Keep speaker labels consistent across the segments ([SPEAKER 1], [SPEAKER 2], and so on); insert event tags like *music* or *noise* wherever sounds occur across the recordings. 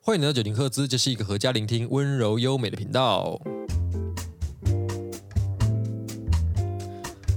[SPEAKER 1] 欢迎来到九零赫兹，这是一个合家聆听、温柔优美的频道。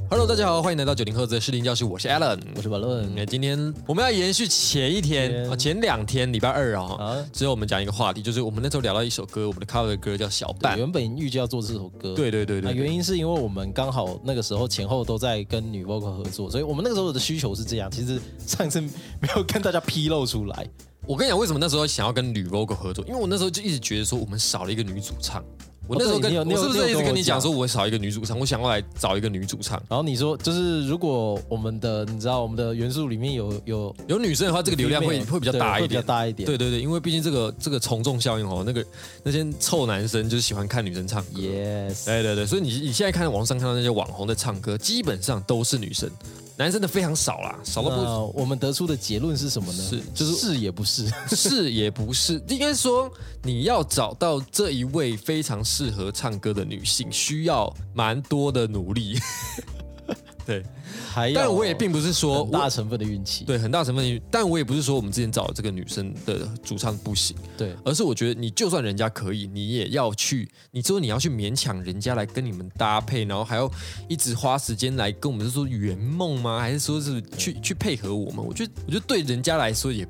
[SPEAKER 1] Hello，大家好，欢迎来到九零赫兹的视听教室，我是 Alan，
[SPEAKER 2] 我是马论
[SPEAKER 1] 嗯，今天我们要延续前一天
[SPEAKER 2] 天
[SPEAKER 1] 啊，前两天礼拜二啊、
[SPEAKER 2] 啊。
[SPEAKER 1] 之后我们讲一个话题，就是我们那时候聊到一首歌，我们的 cover 的歌叫《小
[SPEAKER 2] 对，
[SPEAKER 1] 半》。
[SPEAKER 2] 原本预计要做这首歌，
[SPEAKER 1] 对对对
[SPEAKER 2] 那
[SPEAKER 1] 对
[SPEAKER 2] 原因是因为我们刚好那个时候前后都在跟女 vocal 合作，所以我们那个时候的需求是这样。其实上次没有跟大家披露出来，
[SPEAKER 1] 我跟你讲，为什么那时候想要跟女 vocal 合作？因为我那时候就一直觉得说我们少了一个女主唱。我那时候
[SPEAKER 2] 哦对
[SPEAKER 1] 跟、
[SPEAKER 2] 你有你
[SPEAKER 1] 我
[SPEAKER 2] 有
[SPEAKER 1] 是不
[SPEAKER 2] 你有
[SPEAKER 1] 是一直
[SPEAKER 2] 跟我
[SPEAKER 1] 跟你讲
[SPEAKER 2] 讲
[SPEAKER 1] 说我少一个女主唱？我想要来找一个女主唱。
[SPEAKER 2] 然后你说就是如果我们的你知道我们的元素里面有有
[SPEAKER 1] 有女生的话，这个流量会
[SPEAKER 2] female，
[SPEAKER 1] 会比较
[SPEAKER 2] 对
[SPEAKER 1] 大一
[SPEAKER 2] 会比
[SPEAKER 1] 点
[SPEAKER 2] 较。大一点，
[SPEAKER 1] 对对对，因为毕竟这个这个从众效应哦，那个那些臭男生就是喜欢看女生唱歌。
[SPEAKER 2] ，yes，
[SPEAKER 1] 对对对，所以你你现在看网上看到那些网红在唱歌，基本上都是女生，男生的非常少啦，少到不
[SPEAKER 2] 那我们得出的结论是什么呢？
[SPEAKER 1] 是
[SPEAKER 2] 就是是也不是，
[SPEAKER 1] 是也不是，应该说你要找到这一位非常适合唱歌的女性，需要蛮多的努
[SPEAKER 2] *laughs*
[SPEAKER 1] 力。对，
[SPEAKER 2] 还有
[SPEAKER 1] 但我也并不是说
[SPEAKER 2] 很大
[SPEAKER 1] 我
[SPEAKER 2] 成分的运气，
[SPEAKER 1] 对很大成分，但我也不是说我们之前找的这个女生的主唱不行，
[SPEAKER 2] 对
[SPEAKER 1] 而是我觉得你就算人家可以，你也要去，你之后你要去勉强人家来跟你们搭配，然后还要一直花时间来跟我们是说圆梦吗？还是说是去去配合我们？我觉得我觉得对人家来说也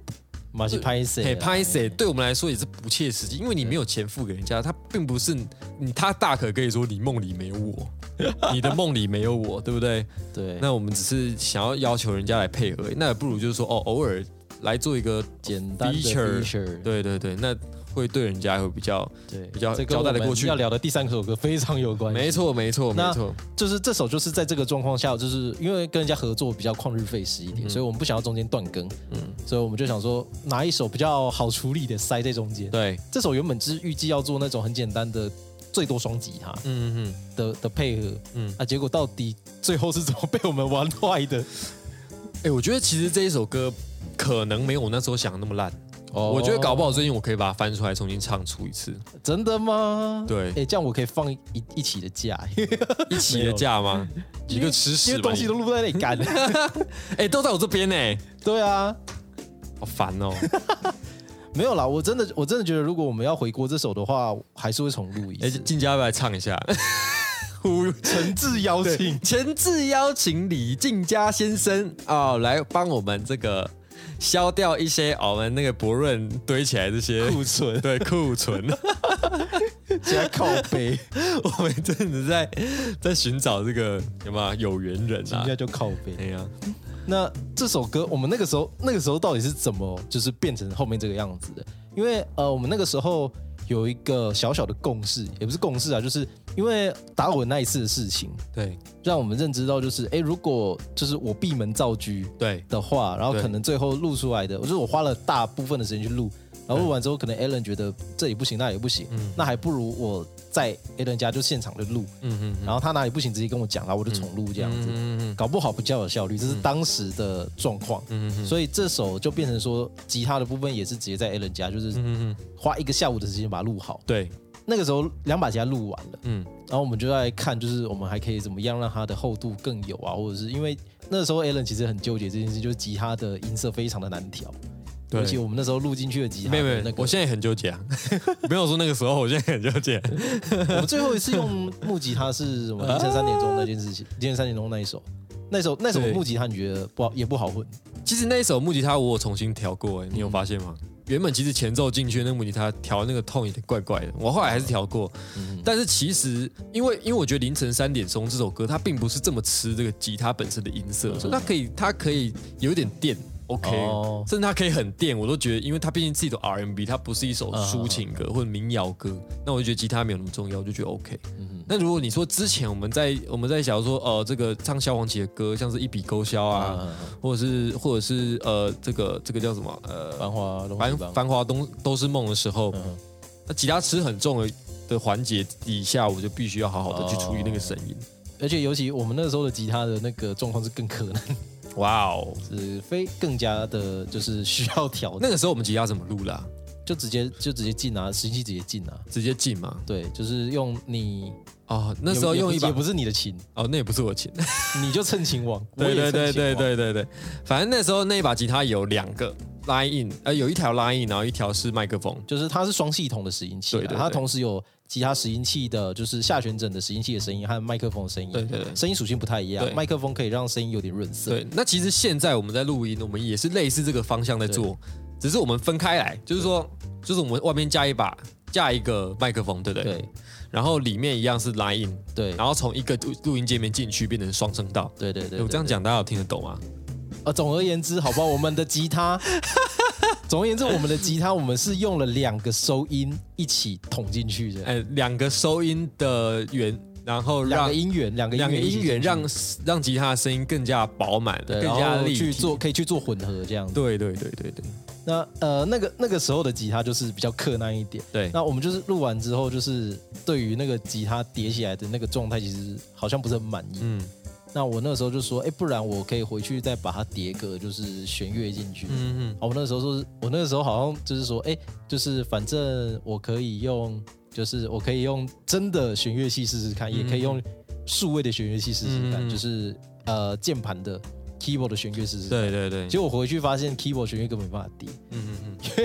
[SPEAKER 2] 马戏拍啊谁
[SPEAKER 1] 嘿，拍谁对我啊们来说也是不切实际，因为你没有钱付给人家，他并不是你，他大可可以说你梦里没有我， *laughs* 你的梦里没有我，对不对？
[SPEAKER 2] 对，
[SPEAKER 1] 那我们只是想要要求人家来配合，那不如就是说哦，偶尔来做一个，
[SPEAKER 2] 简单的
[SPEAKER 1] feature，
[SPEAKER 2] feature，
[SPEAKER 1] 对对对，那会对人家会比较，
[SPEAKER 2] 对，
[SPEAKER 1] 比较
[SPEAKER 2] 这跟
[SPEAKER 1] 交代得
[SPEAKER 2] 我们
[SPEAKER 1] 过去
[SPEAKER 2] 要聊的第三首歌非常有关系，
[SPEAKER 1] 没，错没错
[SPEAKER 2] 那
[SPEAKER 1] 没错，
[SPEAKER 2] 就是这首就是在这个状况下，就是因为跟人家合作比较旷日费时一点，
[SPEAKER 1] 嗯
[SPEAKER 2] 所以我们不想要中间断更，
[SPEAKER 1] 嗯，
[SPEAKER 2] 所以我们就想说拿一首比较好处理的塞在中间。
[SPEAKER 1] 对，
[SPEAKER 2] 这首原本是预计要做那种很简单的，最多双吉他
[SPEAKER 1] 嗯嗯
[SPEAKER 2] 的的配合
[SPEAKER 1] 嗯，哎、
[SPEAKER 2] 啊，结果到底最后是怎么被我们玩坏的？
[SPEAKER 1] 哎我觉得其实这一首歌可能没有我那时候想的那么烂，
[SPEAKER 2] 哦
[SPEAKER 1] 我觉得搞不好最近我可以把它翻出来重新唱出一次，
[SPEAKER 2] 真的吗？
[SPEAKER 1] 对
[SPEAKER 2] 哎、这样我可以放一一起的假，
[SPEAKER 1] 一起的价吗？一个吃
[SPEAKER 2] 因
[SPEAKER 1] 屎
[SPEAKER 2] 为
[SPEAKER 1] 吧
[SPEAKER 2] 东
[SPEAKER 1] 你
[SPEAKER 2] 西都录在那里干。 *laughs*
[SPEAKER 1] 哎、都在我这边呢、
[SPEAKER 2] 对啊，
[SPEAKER 1] 好烦 *laughs* 哦、
[SPEAKER 2] 没有啦，我真的我真的觉得，如果我们要回锅这首的话，还是会重录一
[SPEAKER 1] 哎、
[SPEAKER 2] 次。
[SPEAKER 1] 进家要不要来唱一下？ *laughs* 呼
[SPEAKER 2] 哎诚挚邀请，
[SPEAKER 1] 诚挚邀请李进家先生啊、哦，来帮我们这个消掉一些哦我们那个博润堆起来这些
[SPEAKER 2] 库 *laughs*
[SPEAKER 1] *laughs*
[SPEAKER 2] 存
[SPEAKER 1] 对库存。
[SPEAKER 2] 加靠
[SPEAKER 1] *laughs*
[SPEAKER 2] 背，
[SPEAKER 1] 我们真的在在寻找这个有没有有缘人
[SPEAKER 2] 人
[SPEAKER 1] 啊
[SPEAKER 2] 家？就靠背。
[SPEAKER 1] 哎呀，
[SPEAKER 2] 那这首歌，我们那个时候那个时候到底是怎么就是变成后面这个样子的？因为呃，我们那个时候有一个小小的共识，也不是共识啊，就是因为打我那一次的事情，
[SPEAKER 1] 对
[SPEAKER 2] 让我们认知到就是，哎，如果就是我闭门造车
[SPEAKER 1] 对
[SPEAKER 2] 的话，然后
[SPEAKER 1] 对
[SPEAKER 2] 可能最后录出来的，就是我花了大部分的时间去录，然后录完之后，可能 Alan 觉得这里不行，那里不行，
[SPEAKER 1] 嗯
[SPEAKER 2] 那还不如我在 Alan 家就现场就录，
[SPEAKER 1] 嗯嗯嗯
[SPEAKER 2] 然后他哪里不行直接跟我讲，然后我就重录这样子，
[SPEAKER 1] 嗯嗯
[SPEAKER 2] 搞不好比较有效率，这是当时的状况。
[SPEAKER 1] 嗯嗯
[SPEAKER 2] 所以这首就变成说，吉他的部分也是直接在 Alan 家，就是
[SPEAKER 1] 嗯嗯，
[SPEAKER 2] 花一个下午的时间把它录好。
[SPEAKER 1] 对，
[SPEAKER 2] 那个时候两把吉他录完了，
[SPEAKER 1] 嗯
[SPEAKER 2] 然后我们就在看，就是我们还可以怎么样让它的厚度更有啊，或者是因为那时候 Alan 其实很纠结这件事，就是吉他的音色非常的难调，
[SPEAKER 1] 对
[SPEAKER 2] 尤其我们那时候录进去的吉他
[SPEAKER 1] 没
[SPEAKER 2] 的
[SPEAKER 1] 有没
[SPEAKER 2] 那个，
[SPEAKER 1] 有，我现在也很纠结啊， *laughs* 没有说那个时候，我现在很纠结。
[SPEAKER 2] *laughs* 我们最后一次用木吉他是
[SPEAKER 1] *laughs*
[SPEAKER 2] 什么？凌晨三点钟那件事情，凌晨三点钟那一首，那首那首
[SPEAKER 1] 对
[SPEAKER 2] 木吉他你觉得不好也不好混，
[SPEAKER 1] 其实那一首木吉他我有重新调过、
[SPEAKER 2] 嗯
[SPEAKER 1] 哎，你有发现吗？原本其实前奏进去那木吉他调那个痛有点怪怪的，我后来还是调过。
[SPEAKER 2] 嗯
[SPEAKER 1] 但是其实因为因为我觉得凌晨三点钟这首歌它并不是这么吃这个吉他本身的音
[SPEAKER 2] 嗯
[SPEAKER 1] 色，所以它可以它可以有一点电。OK，、
[SPEAKER 2] 哦
[SPEAKER 1] 甚至它可以很电，我都觉得，因为它毕竟是一首 R&B，它不是一首抒情歌或者民谣歌，那我就觉得吉他没有那么重要，我就觉得 OK。
[SPEAKER 2] 嗯
[SPEAKER 1] 那如果你说之前我们在我们在想说，呃，这个唱萧煌奇的歌，像是一笔勾销啊，
[SPEAKER 2] 啊，
[SPEAKER 1] 或者是或者是呃，这个这个叫什么呃，
[SPEAKER 2] 繁华龙
[SPEAKER 1] 繁
[SPEAKER 2] 凤榜
[SPEAKER 1] 繁华东都是梦的时候，
[SPEAKER 2] 嗯
[SPEAKER 1] 那吉他吃很重的的环节底下，我就必须要好好的去处理那
[SPEAKER 2] 哦
[SPEAKER 1] 个声音。
[SPEAKER 2] 而且尤其我们那时候的吉他的那个状况是更可能
[SPEAKER 1] 哇哦，
[SPEAKER 2] 是非更加的，就是需要调整，
[SPEAKER 1] 那个时候我们吉他怎么录啦、
[SPEAKER 2] 就直接就直接进啊，实际直接进啊，
[SPEAKER 1] 直接进嘛？
[SPEAKER 2] 对，就是用你
[SPEAKER 1] 哦，那时候
[SPEAKER 2] 也
[SPEAKER 1] 用一把
[SPEAKER 2] 也不是你的琴，
[SPEAKER 1] 哦，那也不是我琴。
[SPEAKER 2] *laughs* 你就趁琴网，我
[SPEAKER 1] 对对
[SPEAKER 2] 也趁
[SPEAKER 1] 对
[SPEAKER 2] 琴
[SPEAKER 1] 对
[SPEAKER 2] 网，
[SPEAKER 1] 对对对，反正那时候那一把吉他有两个， line in，呃，有一条 line in，然后一条是麦克风。
[SPEAKER 2] 就是它是双系统的拾音器啊，
[SPEAKER 1] 对对对
[SPEAKER 2] 它同时有吉他拾音器的，就是下旋枕的拾音器的声音和麦克风的声音，
[SPEAKER 1] 对对对
[SPEAKER 2] 声音属性不太一样
[SPEAKER 1] 对，
[SPEAKER 2] 麦克风可以让声音有点润色，
[SPEAKER 1] 对，那其实现在我们在录音，我们也是类似这个方向在做，只是我们分开来，就是说，就是我们外面加一把加一个麦克风，对不对？
[SPEAKER 2] 对
[SPEAKER 1] 然后里面一样是 line in，
[SPEAKER 2] 对
[SPEAKER 1] 然后从一个录录音界面进去变成双声道。
[SPEAKER 2] 对对对，
[SPEAKER 1] 欸我这样
[SPEAKER 2] 对
[SPEAKER 1] 讲大家有听得懂吗？
[SPEAKER 2] 呃，总而言之，好不好？我们的吉他， *laughs* 总而言之，我们的吉他，我们是用了两个收音一起捅进去的，
[SPEAKER 1] 哎，两个收音的源，然后
[SPEAKER 2] 两
[SPEAKER 1] 让
[SPEAKER 2] 个音源，两个
[SPEAKER 1] 两个
[SPEAKER 2] 一起
[SPEAKER 1] 音源
[SPEAKER 2] 进去
[SPEAKER 1] 让让吉他的声音更加饱满，
[SPEAKER 2] 对，
[SPEAKER 1] 更
[SPEAKER 2] 然
[SPEAKER 1] 加
[SPEAKER 2] 后
[SPEAKER 1] 立
[SPEAKER 2] 去
[SPEAKER 1] 体。
[SPEAKER 2] 做可以去做混合这样子。
[SPEAKER 1] 对对对对对
[SPEAKER 2] 那呃，那个那个时候的吉他就是比较克难一点。
[SPEAKER 1] 对，
[SPEAKER 2] 那我们就是录完之后，就是对于那个吉他叠起来的那个状态，其实好像不是很满意。
[SPEAKER 1] 嗯
[SPEAKER 2] 那我那个时候就说，哎，不然我可以回去再把它叠个就是弦乐进去。啊
[SPEAKER 1] 嗯嗯，
[SPEAKER 2] 好，我那个时候说是，我那个时候好像就是说，哎、就是反正我可以用，就是我可以用真的弦乐器试试看，也可以用数位的弦乐器试试看，
[SPEAKER 1] 嗯
[SPEAKER 2] 就是呃键盘的 keyboard 的弦乐试试看。
[SPEAKER 1] 对对对，
[SPEAKER 2] 结果我回去发现 keyboard 弦乐根本没办法叠，
[SPEAKER 1] 嗯嗯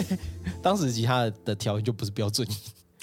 [SPEAKER 1] 嗯，
[SPEAKER 2] 当时吉他的调音就不是标准音。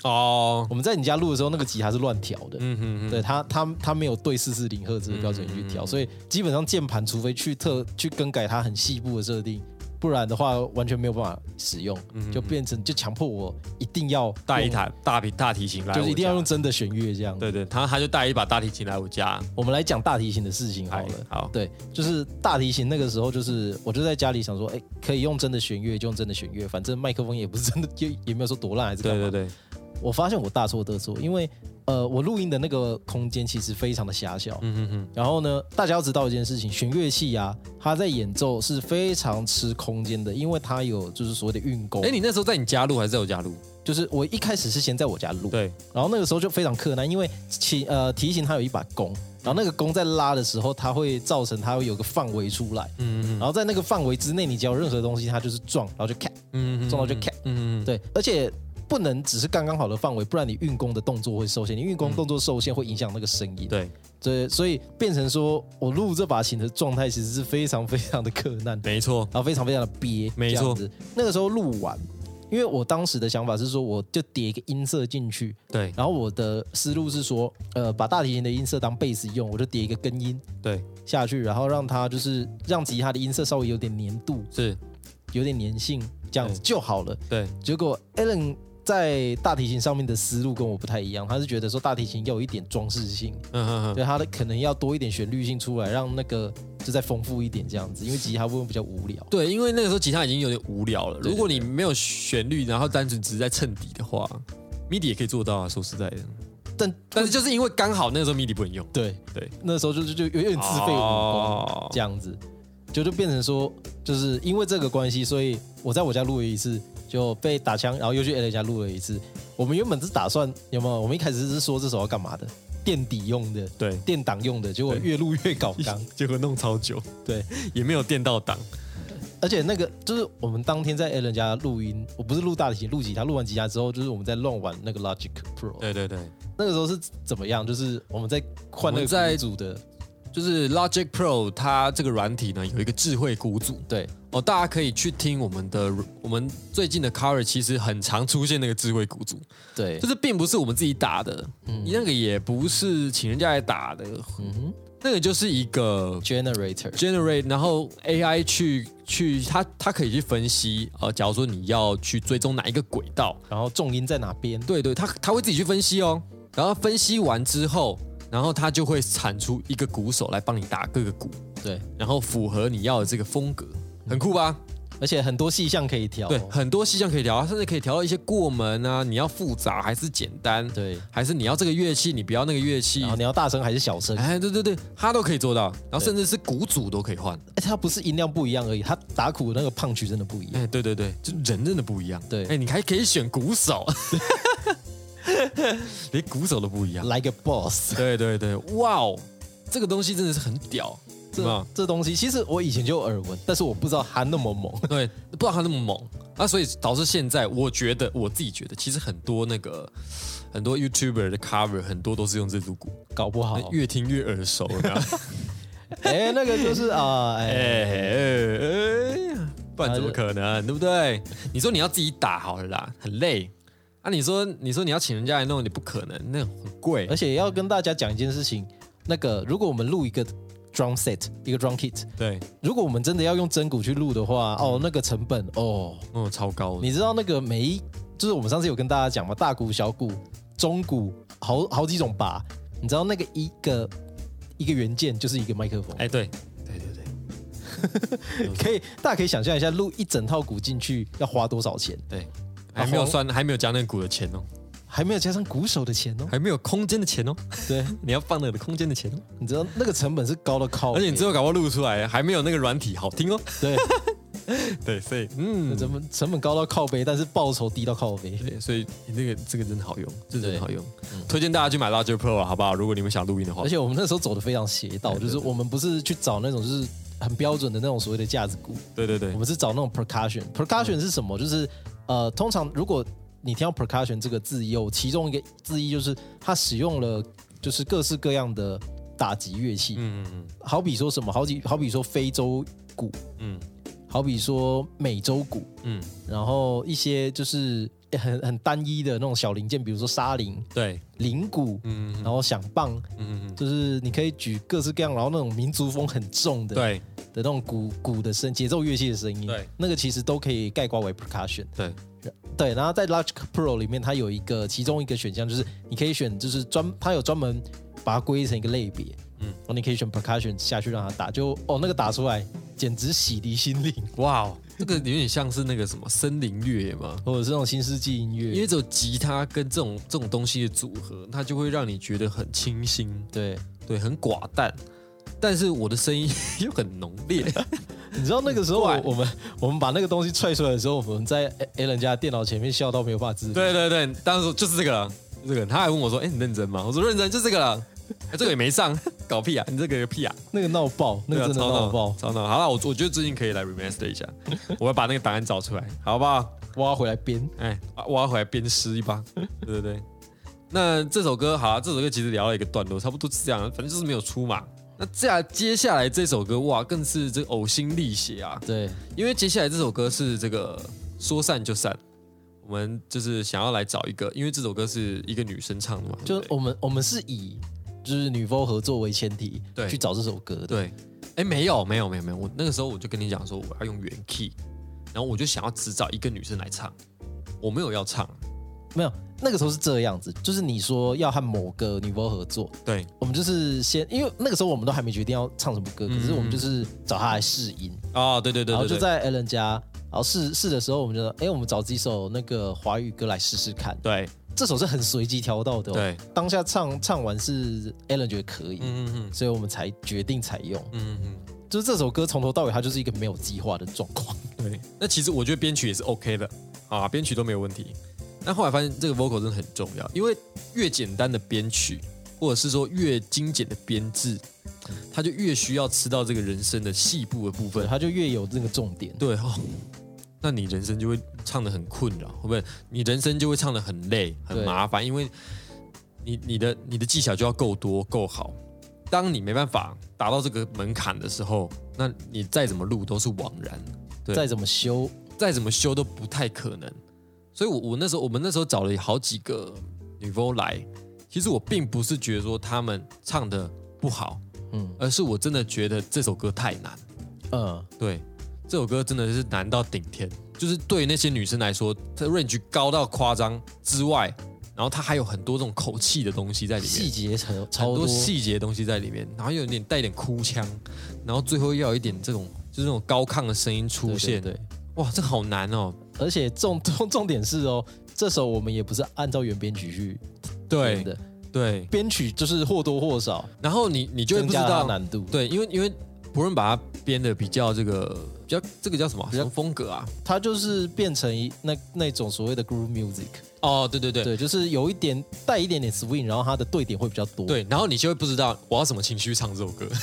[SPEAKER 2] *laughs*
[SPEAKER 1] 哦，
[SPEAKER 2] 我们在你家录的时候，那个吉他是乱调的。
[SPEAKER 1] 嗯嗯嗯，
[SPEAKER 2] 对它，它它没有对四四零赫兹的标准音去
[SPEAKER 1] 嗯
[SPEAKER 2] 调，所以基本上键盘，除非去特去更改它很细部的设定，不然的话完全没有办法使用，就变成就强迫我一定要
[SPEAKER 1] 嗯带一
[SPEAKER 2] 用，
[SPEAKER 1] 台大提大提琴来我家，
[SPEAKER 2] 就是一定要用真的弦乐这样。
[SPEAKER 1] 对对，他他就带一把大提琴来我家，
[SPEAKER 2] 我们来讲大提琴的事情好了
[SPEAKER 1] 哎。好，
[SPEAKER 2] 对，就是大提琴那个时候，就是我就在家里想说，哎，可以用真的弦乐就用真的弦乐，反正麦克风也不是真的，也也没有说多烂还是干嘛
[SPEAKER 1] 对对对，
[SPEAKER 2] 我发现我大错特错，因为呃，我录音的那个空间其实非常的狭小。
[SPEAKER 1] 嗯嗯嗯，
[SPEAKER 2] 然后呢，大家要知道一件事情，弦乐器啊，它在演奏是非常吃空间的，因为它有就是所谓的运功。
[SPEAKER 1] 哎，你那时候在你家录还是在我家录？
[SPEAKER 2] 就是我一开始是先在我家录，
[SPEAKER 1] 对，
[SPEAKER 2] 然后那个时候就非常困难，因为琴呃提琴它有一把弓，然后那个弓在拉的时候，它会造成它会有个范围出来，
[SPEAKER 1] 嗯嗯
[SPEAKER 2] 然后在那个范围之内，你只要有任何东西，它就是撞，然后就咔，
[SPEAKER 1] 嗯
[SPEAKER 2] 撞到就咔，
[SPEAKER 1] 嗯嗯，
[SPEAKER 2] 对，而且不能只是刚刚好的范围，不然你运功的动作会受限，你运
[SPEAKER 1] 嗯
[SPEAKER 2] 功动作受限会影响那个声音。
[SPEAKER 1] 对，
[SPEAKER 2] 对，所以变成说我录这把琴的状态其实是非常非常的困难，
[SPEAKER 1] 没错，
[SPEAKER 2] 然后非常非常的憋。
[SPEAKER 1] 没错
[SPEAKER 2] 这样子，那个时候录完，因为我当时的想法是说，我就叠一个音色进去，
[SPEAKER 1] 对
[SPEAKER 2] 然后我的思路是说，呃，把大提琴的音色当贝斯用，我就叠一个根音
[SPEAKER 1] 对
[SPEAKER 2] 下去，然后让它就是让吉他的音色稍微有点粘度，
[SPEAKER 1] 是，
[SPEAKER 2] 有点粘性，这样子
[SPEAKER 1] 对
[SPEAKER 2] 就好了。
[SPEAKER 1] 对
[SPEAKER 2] 结果 Alan 在大提琴上面的思路跟我不太一样，他是觉得说大提琴要有一点装饰性，
[SPEAKER 1] 嗯嗯嗯，
[SPEAKER 2] 对它的可能要多一点旋律性出来，让那个就再丰富一点这样子，因为吉他部分比较无聊。
[SPEAKER 1] 对，因为那个时候吉他已经有点无聊了，
[SPEAKER 2] 对
[SPEAKER 1] 如果你没有旋律，然后单纯只是在衬底的话，MIDI 也可以做到啊，说实在的，
[SPEAKER 2] 但
[SPEAKER 1] 但是就是因为刚好那个时候 MIDI 不能用，
[SPEAKER 2] 对
[SPEAKER 1] 对，
[SPEAKER 2] 那时候就就就有点自废武功
[SPEAKER 1] 哦
[SPEAKER 2] 这样子，就就变成说，就是因为这个关系，所以我在我家录了一次，就被打枪，然后又去 Alan 家录了一次。我们原本是打算有没有？我们一开始是说这首要干嘛的，垫底用的。
[SPEAKER 1] 对。
[SPEAKER 2] 垫档用的，结果
[SPEAKER 1] 对
[SPEAKER 2] 越录越搞 *laughs* 纲，
[SPEAKER 1] *laughs* 结果弄超久，
[SPEAKER 2] 对，
[SPEAKER 1] 也没有电到档，
[SPEAKER 2] 而且那个就是我们当天在 Alan 家录音，我不是录大提琴，录吉他，录完吉他之后，就是我们在乱玩那个 Logic Pro，
[SPEAKER 1] 对对对，
[SPEAKER 2] 那个时候是怎么样？就是我们在
[SPEAKER 1] 我
[SPEAKER 2] 换那个
[SPEAKER 1] 们在
[SPEAKER 2] 组的，
[SPEAKER 1] 就是 Logic Pro 它这个软体呢有一个智慧鼓组
[SPEAKER 2] 对
[SPEAKER 1] 哦，大家可以去听我们的我们最近的 cover，其实很常出现那个智慧鼓组，
[SPEAKER 2] 对
[SPEAKER 1] 就，是并不是我们自己打的，那个也不是请人家来打的，
[SPEAKER 2] 嗯哼
[SPEAKER 1] 那个就是一个
[SPEAKER 2] ，Generator，
[SPEAKER 1] generate，然后 AI 去去它它可以去分析，呃，假如说你要去追踪哪一个轨道，
[SPEAKER 2] 然后重音在哪边？
[SPEAKER 1] 对对，它它会自己去分析哦，然后分析完之后，然后它就会产出一个鼓手来帮你打各个鼓。
[SPEAKER 2] 对，
[SPEAKER 1] 然后符合你要的这个风格，很酷吧？
[SPEAKER 2] 而且很多细项可以调。哦
[SPEAKER 1] 对，很多细项可以调啊，甚至可以调到一些过门啊，你要复杂还是简单，
[SPEAKER 2] 对，嗯
[SPEAKER 1] 还是你要这个乐器，你不要那个乐器
[SPEAKER 2] 然，后你要大声还是小声？哎，
[SPEAKER 1] 哎，对对对，它都可以做到，然后甚至是鼓组都可以换，
[SPEAKER 2] 它不是音量不一样而已，它打鼓的那个胖曲真的不一样。
[SPEAKER 1] 哎，对对对，就人真的不一样，
[SPEAKER 2] 对
[SPEAKER 1] 哎，你还可以选鼓手，连鼓手都不一样，
[SPEAKER 2] Like a boss，
[SPEAKER 1] 对对对，哇哦，这个东西真的是很屌，是
[SPEAKER 2] 这
[SPEAKER 1] 吧？
[SPEAKER 2] 这东西其实我以前就有耳闻，但是我不知道它那么猛。 *laughs*
[SPEAKER 1] *laughs* 对，不知道他那么猛，那所以导致现在，我觉得我自己觉得，其实很多那个很多 YouTuber 的 cover 很多都是用这支鼓，
[SPEAKER 2] 搞不好，
[SPEAKER 1] 越听越耳 *laughs* 熟。有没有
[SPEAKER 2] 哎，那个就是啊，
[SPEAKER 1] 哎
[SPEAKER 2] 哎，
[SPEAKER 1] 哎，哎不然怎么可能，对不对？你说你要自己打好了啦，很累。啊，你说你说你要请人家来弄，你不可能，那很贵
[SPEAKER 2] 而。且要跟大家讲一件事情，那个如果我们录一个 drum set，一个 drum kit，
[SPEAKER 1] 对，
[SPEAKER 2] 如果我们真的要用真鼓去录的话，哦，那个成本哦，
[SPEAKER 1] 嗯，超高的。
[SPEAKER 2] 你知道那个每一就是我们上次有跟大家讲嘛，大鼓、小鼓、中鼓，好好几种把，你知道那个一个一个元件就是一个麦克风，
[SPEAKER 1] 哎，对，对对对，
[SPEAKER 2] 可以大家可以想象一下，录一整套鼓进去要花多少钱，
[SPEAKER 1] 对，还没有算，还没有加那个鼓的钱哦，
[SPEAKER 2] 还没有加上鼓手的钱哦。 *laughs*
[SPEAKER 1] 还没有空间的钱哦， *laughs*
[SPEAKER 2] 对，
[SPEAKER 1] 你要放那个空间的钱哦，
[SPEAKER 2] 你知道那个成本是高的靠北，
[SPEAKER 1] 而且你最后搞不好录出来还没有那个软体好听哦。
[SPEAKER 2] 对，
[SPEAKER 1] *laughs* 对，所以嗯，
[SPEAKER 2] 成本成本高到靠背，但是报酬低到靠背。
[SPEAKER 1] 对，所以那个这个真的好用，这真的好用，推荐大家去买 Larger Pro 啊，好不好？如果你们想录音的话
[SPEAKER 2] 而，且我们那时候走的非常邪道，就是我们不是去找那种就是很标准的那种所谓的架子鼓，
[SPEAKER 1] 对对对嗯
[SPEAKER 2] 我，们是找那种 percussion。percussion 是什么？就是呃，通常如果你听到 percussion 这个字，有其中一个字义就是它使用了就是各式各样的打击乐器，
[SPEAKER 1] 嗯嗯
[SPEAKER 2] 好比说什么，好比好比说非洲鼓，
[SPEAKER 1] 嗯
[SPEAKER 2] 好比说美洲鼓，
[SPEAKER 1] 嗯，
[SPEAKER 2] 然后一些就是欸很很单一的那种小零件，比如说沙铃、
[SPEAKER 1] 对，
[SPEAKER 2] 铃鼓，
[SPEAKER 1] 嗯
[SPEAKER 2] 然后响棒，
[SPEAKER 1] 嗯嗯，
[SPEAKER 2] 就是你可以举各式各样，然后那种民族风很重的，
[SPEAKER 1] 对
[SPEAKER 2] 的那种鼓鼓的声，节奏乐器的声音，
[SPEAKER 1] 对，
[SPEAKER 2] 那个其实都可以概括为 percussion。
[SPEAKER 1] 对，
[SPEAKER 2] 对，然后在 Logic Pro 里面，它有一个其中一个选项就是你可以选，就是专它有专门把它归成一个类别，嗯
[SPEAKER 1] 嗯，
[SPEAKER 2] 然后你可以选 percussion 下去让它打，就哦那个打出来简直洗涤心灵，
[SPEAKER 1] 哇哦，这个有点像是那个什么森林越野嘛，
[SPEAKER 2] 或者是那种新世纪音乐，
[SPEAKER 1] 因为只有吉他跟这种这种东西的组合，它就会让你觉得很清新，
[SPEAKER 2] 对，
[SPEAKER 1] 对，很寡淡，但是我的声音 *laughs* 又很浓烈，
[SPEAKER 2] 你知道那个时候我
[SPEAKER 1] 很 *laughs* 怪
[SPEAKER 2] 我们我们把那个东西踹出来的时候，我们在 A a 人家的电脑前面笑到没有办法自理，
[SPEAKER 1] 对对对，当时就是这个了，这个他还问我说，哎，你认真吗？我说认真，就这个了。哎这个也没上，搞屁啊！你这个屁啊！
[SPEAKER 2] 那个闹爆，那
[SPEAKER 1] 对
[SPEAKER 2] 个
[SPEAKER 1] 啊
[SPEAKER 2] 真的
[SPEAKER 1] 超
[SPEAKER 2] 闹
[SPEAKER 1] 闹
[SPEAKER 2] 爆，
[SPEAKER 1] 超闹。好了，我我觉得最近可以来 remaster 一下， *laughs* 我要把那个档案找出来，好不好？
[SPEAKER 2] 挖回来编，
[SPEAKER 1] 哎，啊挖回来鞭尸一把，对对对。那这首歌好、啊，这首歌其实聊了一个段落，差不多是这样，反正就是没有出嘛。那这样接下来这首歌哇，更是这呕心沥血啊！
[SPEAKER 2] 对，
[SPEAKER 1] 因为接下来这首歌是这个说散就散，我们就是想要来找一个，因为这首歌是一个女生唱的嘛，
[SPEAKER 2] 就
[SPEAKER 1] 对不
[SPEAKER 2] 我们我们是以就是女 v 合作为前提，
[SPEAKER 1] 对
[SPEAKER 2] 去找这首歌的。
[SPEAKER 1] 对，哎，没有没有没有没有，我那个时候我就跟你讲说我要用原 key，然后我就想要只找一个女生来唱，我没有要唱，
[SPEAKER 2] 没有，那个时候是这样子，就是你说要和某个女 v 合作，
[SPEAKER 1] 对
[SPEAKER 2] 我们就是先，因为那个时候我们都还没决定要唱什么歌，可是我们就是找她来试音，
[SPEAKER 1] 哦，对对嗯对
[SPEAKER 2] 然后
[SPEAKER 1] 对
[SPEAKER 2] 就
[SPEAKER 1] 对，
[SPEAKER 2] 在 a l n 家，然后试试的时候，我们就说，哎，我们找几首那个华语歌来试试看。
[SPEAKER 1] 对
[SPEAKER 2] 这首是很随机挑到的、哦，
[SPEAKER 1] 对，
[SPEAKER 2] 当下唱唱完是 a l n 觉得可以，
[SPEAKER 1] 嗯嗯
[SPEAKER 2] 所以我们才决定采用。
[SPEAKER 1] 嗯嗯嗯，
[SPEAKER 2] 就是这首歌从头到尾它就是一个没有计划的状况。
[SPEAKER 1] 对。那其实我觉得编曲也是 OK 的啊，编曲都没有问题。但后来发现这个 vocal 真的很重要，因为越简单的编曲，或者是说越精简的编制，它就越需要吃到这个人声的细部的部
[SPEAKER 2] 对，
[SPEAKER 1] 分。
[SPEAKER 2] 他就越有这个重点。
[SPEAKER 1] 对哦，那你人生就会唱的很困扰，会不会？你人生就会唱的很累、很
[SPEAKER 2] 对
[SPEAKER 1] 麻烦，因为你你的你的技巧就要够多、够好。当你没办法达到这个门槛的时候，那你再怎么录都是枉然，对
[SPEAKER 2] 再怎么修，
[SPEAKER 1] 再怎么修都不太可能。所以我，我那时候我们那时候找了好几个女 v o 来，其实我并不是觉得说他们唱的不好，
[SPEAKER 2] 嗯
[SPEAKER 1] 而是我真的觉得这首歌太难。
[SPEAKER 2] 嗯，
[SPEAKER 1] 对，这首歌真的是难到顶天，就是对那些女生来说，它 range 高到夸张之外，然后它还有很多这种口气的东西在里
[SPEAKER 2] 细
[SPEAKER 1] 面，
[SPEAKER 2] 节超
[SPEAKER 1] 很
[SPEAKER 2] 超
[SPEAKER 1] 多
[SPEAKER 2] 多，
[SPEAKER 1] 细节的东西在里面，然后又有点带一点哭腔，然后最后又要有一点这种就是那种高亢的声音
[SPEAKER 2] 对
[SPEAKER 1] 出现，
[SPEAKER 2] 对对
[SPEAKER 1] 哇，这个好难哦。
[SPEAKER 2] 而且重 *laughs* 重重点是哦，这首我们也不是按照原编曲去编
[SPEAKER 1] 对
[SPEAKER 2] 的，
[SPEAKER 1] 对，
[SPEAKER 2] 编曲就是或多或少
[SPEAKER 1] 然后你你就会
[SPEAKER 2] 增
[SPEAKER 1] 不知
[SPEAKER 2] 加了它
[SPEAKER 1] 道，
[SPEAKER 2] 难度。
[SPEAKER 1] 对，因为因为博润把它编的比较这个比较这个叫什么什么风格啊？
[SPEAKER 2] 它就是变成一那那种所谓的 groove music，
[SPEAKER 1] 哦，对对对
[SPEAKER 2] 对，就是有一点带一点点 swing，然后它的对点会比较多。，
[SPEAKER 1] 对，然后你就会不知道我要什么情绪唱这首歌， *laughs*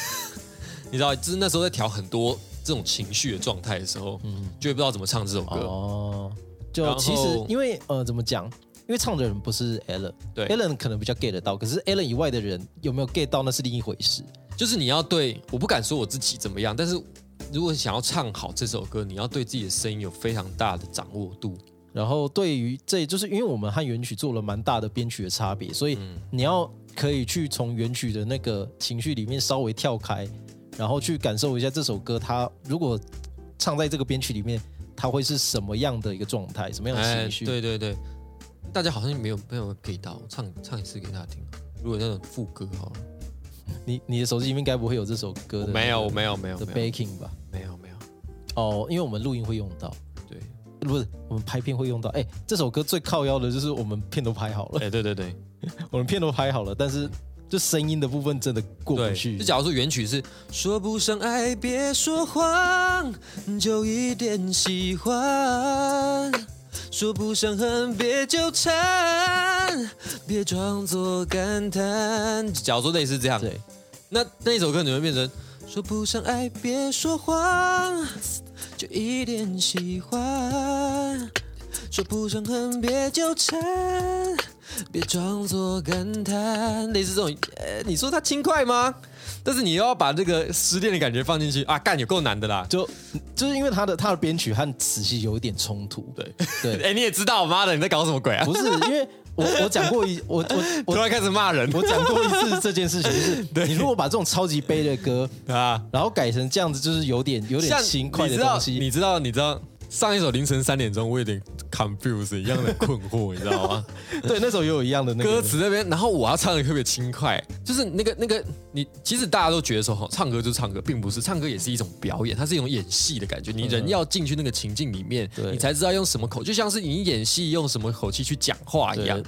[SPEAKER 1] 你知道，就是那时候在调很多这种情绪的状态的时候，
[SPEAKER 2] 嗯，
[SPEAKER 1] 就会不知道怎么唱这首歌。
[SPEAKER 2] 哦，就
[SPEAKER 1] 然后
[SPEAKER 2] 其实因为呃怎么讲？因为唱的人不是 Allen，
[SPEAKER 1] 对
[SPEAKER 2] Allen 可能比较 get 得到，可是 Allen 以外的人有没有 get 到那是另一回事。
[SPEAKER 1] 就是你要对，我不敢说我自己怎么样，但是如果想要唱好这首歌，你要对自己的声音有非常大的掌握度。
[SPEAKER 2] 然后对于这就是因为我们和原曲做了蛮大的编曲的差别，所以
[SPEAKER 1] 嗯
[SPEAKER 2] 你要可以去从原曲的那个情绪里面稍微跳开，然后去感受一下这首歌它如果唱在这个编曲里面，它会是什么样的一个状态，什么样的情绪。
[SPEAKER 1] 哎对对对，大家好像没有没有 get 到，唱唱一次给大家听。啊如果那种副歌好了，
[SPEAKER 2] 你你的手机里面该不会有这首歌
[SPEAKER 1] 我
[SPEAKER 2] 的？
[SPEAKER 1] 没有，我没有，没有，
[SPEAKER 2] 的
[SPEAKER 1] 没有，
[SPEAKER 2] backing 吧？
[SPEAKER 1] 没有，没有，
[SPEAKER 2] 哦，因为我们录音会用到，
[SPEAKER 1] 对，
[SPEAKER 2] 不是我们拍片会用到。哎，这首歌最靠腰的就是我们片都拍好了，
[SPEAKER 1] 哎，对对对，
[SPEAKER 2] 我们片都拍好了，但是就声音的部分真的过不
[SPEAKER 1] 对，
[SPEAKER 2] 去。
[SPEAKER 1] 就假如说原曲是说不上爱，别说谎，就一点喜欢。说不上恨，别纠缠，别装作感叹。假如说类似这样，
[SPEAKER 2] 对，
[SPEAKER 1] 那那一首歌你会变成说不上爱，别说谎，就一点喜欢。说不上恨，别纠缠，别装作感叹。类似这种，呃，你说它轻快吗？但是你又要把这个失恋的感觉放进去啊，干有够难的啦。
[SPEAKER 2] 就就是因为他的他的编曲和词系有一点冲突，
[SPEAKER 1] 对，*laughs*
[SPEAKER 2] 对，
[SPEAKER 1] 哎，你也知道，妈的，你在搞什么鬼啊？
[SPEAKER 2] 不是因为我我讲过一我
[SPEAKER 1] *laughs*
[SPEAKER 2] 我
[SPEAKER 1] 突
[SPEAKER 2] 我
[SPEAKER 1] 然开始骂人
[SPEAKER 2] 我讲过一次这件事情，
[SPEAKER 1] *laughs*
[SPEAKER 2] 就是你如果把这种超级悲的歌，
[SPEAKER 1] 啊！
[SPEAKER 2] 然后改成这样子，就是有点有点
[SPEAKER 1] 像
[SPEAKER 2] 轻快
[SPEAKER 1] 你
[SPEAKER 2] 的
[SPEAKER 1] 知道
[SPEAKER 2] 东西，
[SPEAKER 1] 你知道，你知道上一首凌晨三点钟，我有点 confused 一样的困惑，你知道吗？
[SPEAKER 2] *laughs* 对，那时候也有一样的那个
[SPEAKER 1] 歌，词那边，然后我要唱的特别轻快，就是那个那个你，其实大家都觉得说，哈，唱歌就唱歌，并不是，唱歌也是一种表演，它是一种演戏的感觉。你人要进去那个情境里面，
[SPEAKER 2] 对
[SPEAKER 1] 你才知道用什么口，就像是你演戏用什么口气去讲话一样。